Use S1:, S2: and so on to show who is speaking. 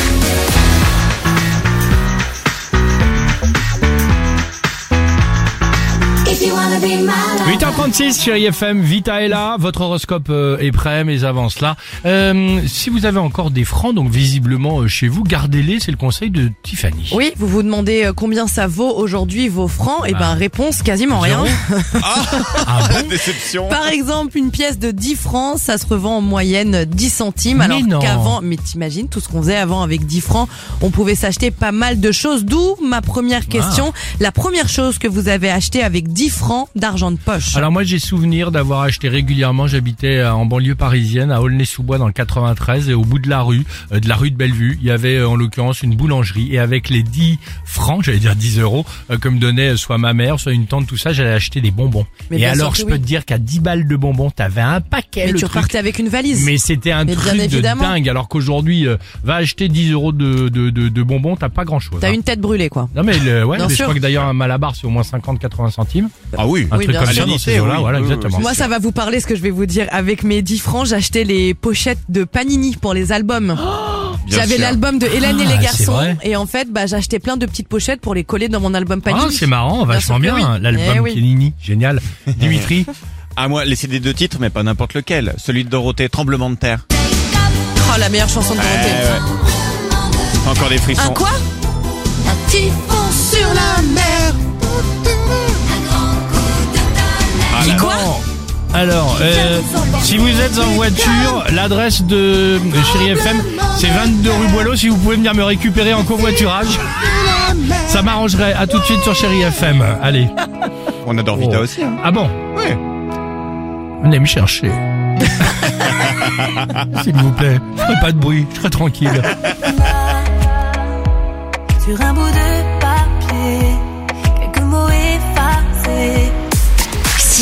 S1: If you wanna be my life.
S2: 8h36 sur IFM, Vita est là, votre horoscope euh, est prêt, mais avant cela, euh, si vous avez encore des francs, donc visiblement euh, chez vous, gardez-les, c'est le conseil de Tiffany.
S3: Oui, vous vous demandez euh, combien ça vaut aujourd'hui vos francs Et
S2: Bah,
S3: ben réponse quasiment rien.
S2: Ah bon
S4: Déception.
S3: Par exemple, une pièce de 10 francs, ça se revend en moyenne 10 centimes
S2: Mais
S3: alors
S2: non.
S3: qu'avant, mais t'imagines tout ce qu'on faisait avant avec 10 francs, on pouvait s'acheter pas mal de choses. D'où ma
S2: Ah.
S3: première question, la première chose que vous avez acheté avec 10 francs d'argent de poche.
S2: Alors moi j'ai souvenir d'avoir acheté régulièrement, j'habitais euh, en banlieue parisienne à Aulnay-sous-Bois dans le 93 et au bout de la rue, euh, de la rue de Bellevue, il y avait euh, en l'occurrence une boulangerie et avec les 10 francs, j'allais dire 10 euros, euh, que me donnait euh, soit ma mère, soit une tante, tout ça, j'allais acheter des bonbons.
S3: Mais
S2: et
S3: bien sûr
S2: alors
S3: que
S2: je
S3: oui.
S2: peux te dire qu'à 10 balles de bonbons, t'avais un paquet
S3: mais
S2: le
S3: tu
S2: truc.
S3: repartais avec une valise.
S2: Mais c'était un
S3: Mais bien
S2: truc de
S3: évidemment.
S2: dingue. Alors qu'aujourd'hui, euh, va acheter 10 euros de, de, de, de bonbons, t'as pas grand chose.
S3: T'as une tête brûlée quoi.
S2: Non mais le- ouais,
S3: Bien
S2: mais je
S3: sûr.
S2: crois que d'ailleurs un Malabar c'est au moins 50-80 centimes.
S4: Ah oui.
S2: Un
S3: Oui,
S2: truc
S3: bien
S2: comme
S3: sûr.
S2: ça dans ces
S4: L'unité,
S2: eaux-là,
S4: oui,
S2: voilà
S4: oui, oui,
S2: exactement.
S4: c'est
S3: Moi, ça va vous parler ce que je vais vous dire. Avec mes 10 francs, j'achetais les pochettes de Panini pour les albums.
S4: bien
S3: J'avais
S4: sûr.
S3: l'album de Hélène et
S2: Oh, Ah,
S3: les
S2: c'est
S3: garçons
S2: vrai.
S3: et en fait bah, j'achetais plein de petites pochettes pour les coller dans mon album Panini.
S2: Ah, c'est marrant, vachement
S3: sûr
S2: bien, hein,
S3: que oui.
S2: l'album
S3: Eh oui.
S2: Kellini, génial. Dimitri,
S4: Ah moi, les CD de titres, mais pas n'importe lequel. Celui de Dorothée, Tremblement de terre.
S3: Oh, la meilleure chanson de Dorothée.
S4: Ouais, ouais. Encore des
S3: Un
S4: frissons.
S3: quoi Un typhon sur la mer.
S4: Ah,
S3: Dis
S4: là.
S3: quoi
S2: alors, euh, si vous êtes en voiture, l'adresse de de Chéri FM, c'est 22 rue Boileau, si vous pouvez venir me récupérer en covoiturage, ça m'arrangerait. À tout de suite sur Chéri FM, allez.
S4: On adore Vita aussi. hein.
S2: Ah bon
S4: Ouais.
S2: Venez me chercher. S'il vous plaît, je ferai pas de bruit, je serai tranquille.
S5: sur un bout de papier, quelques mots effacés.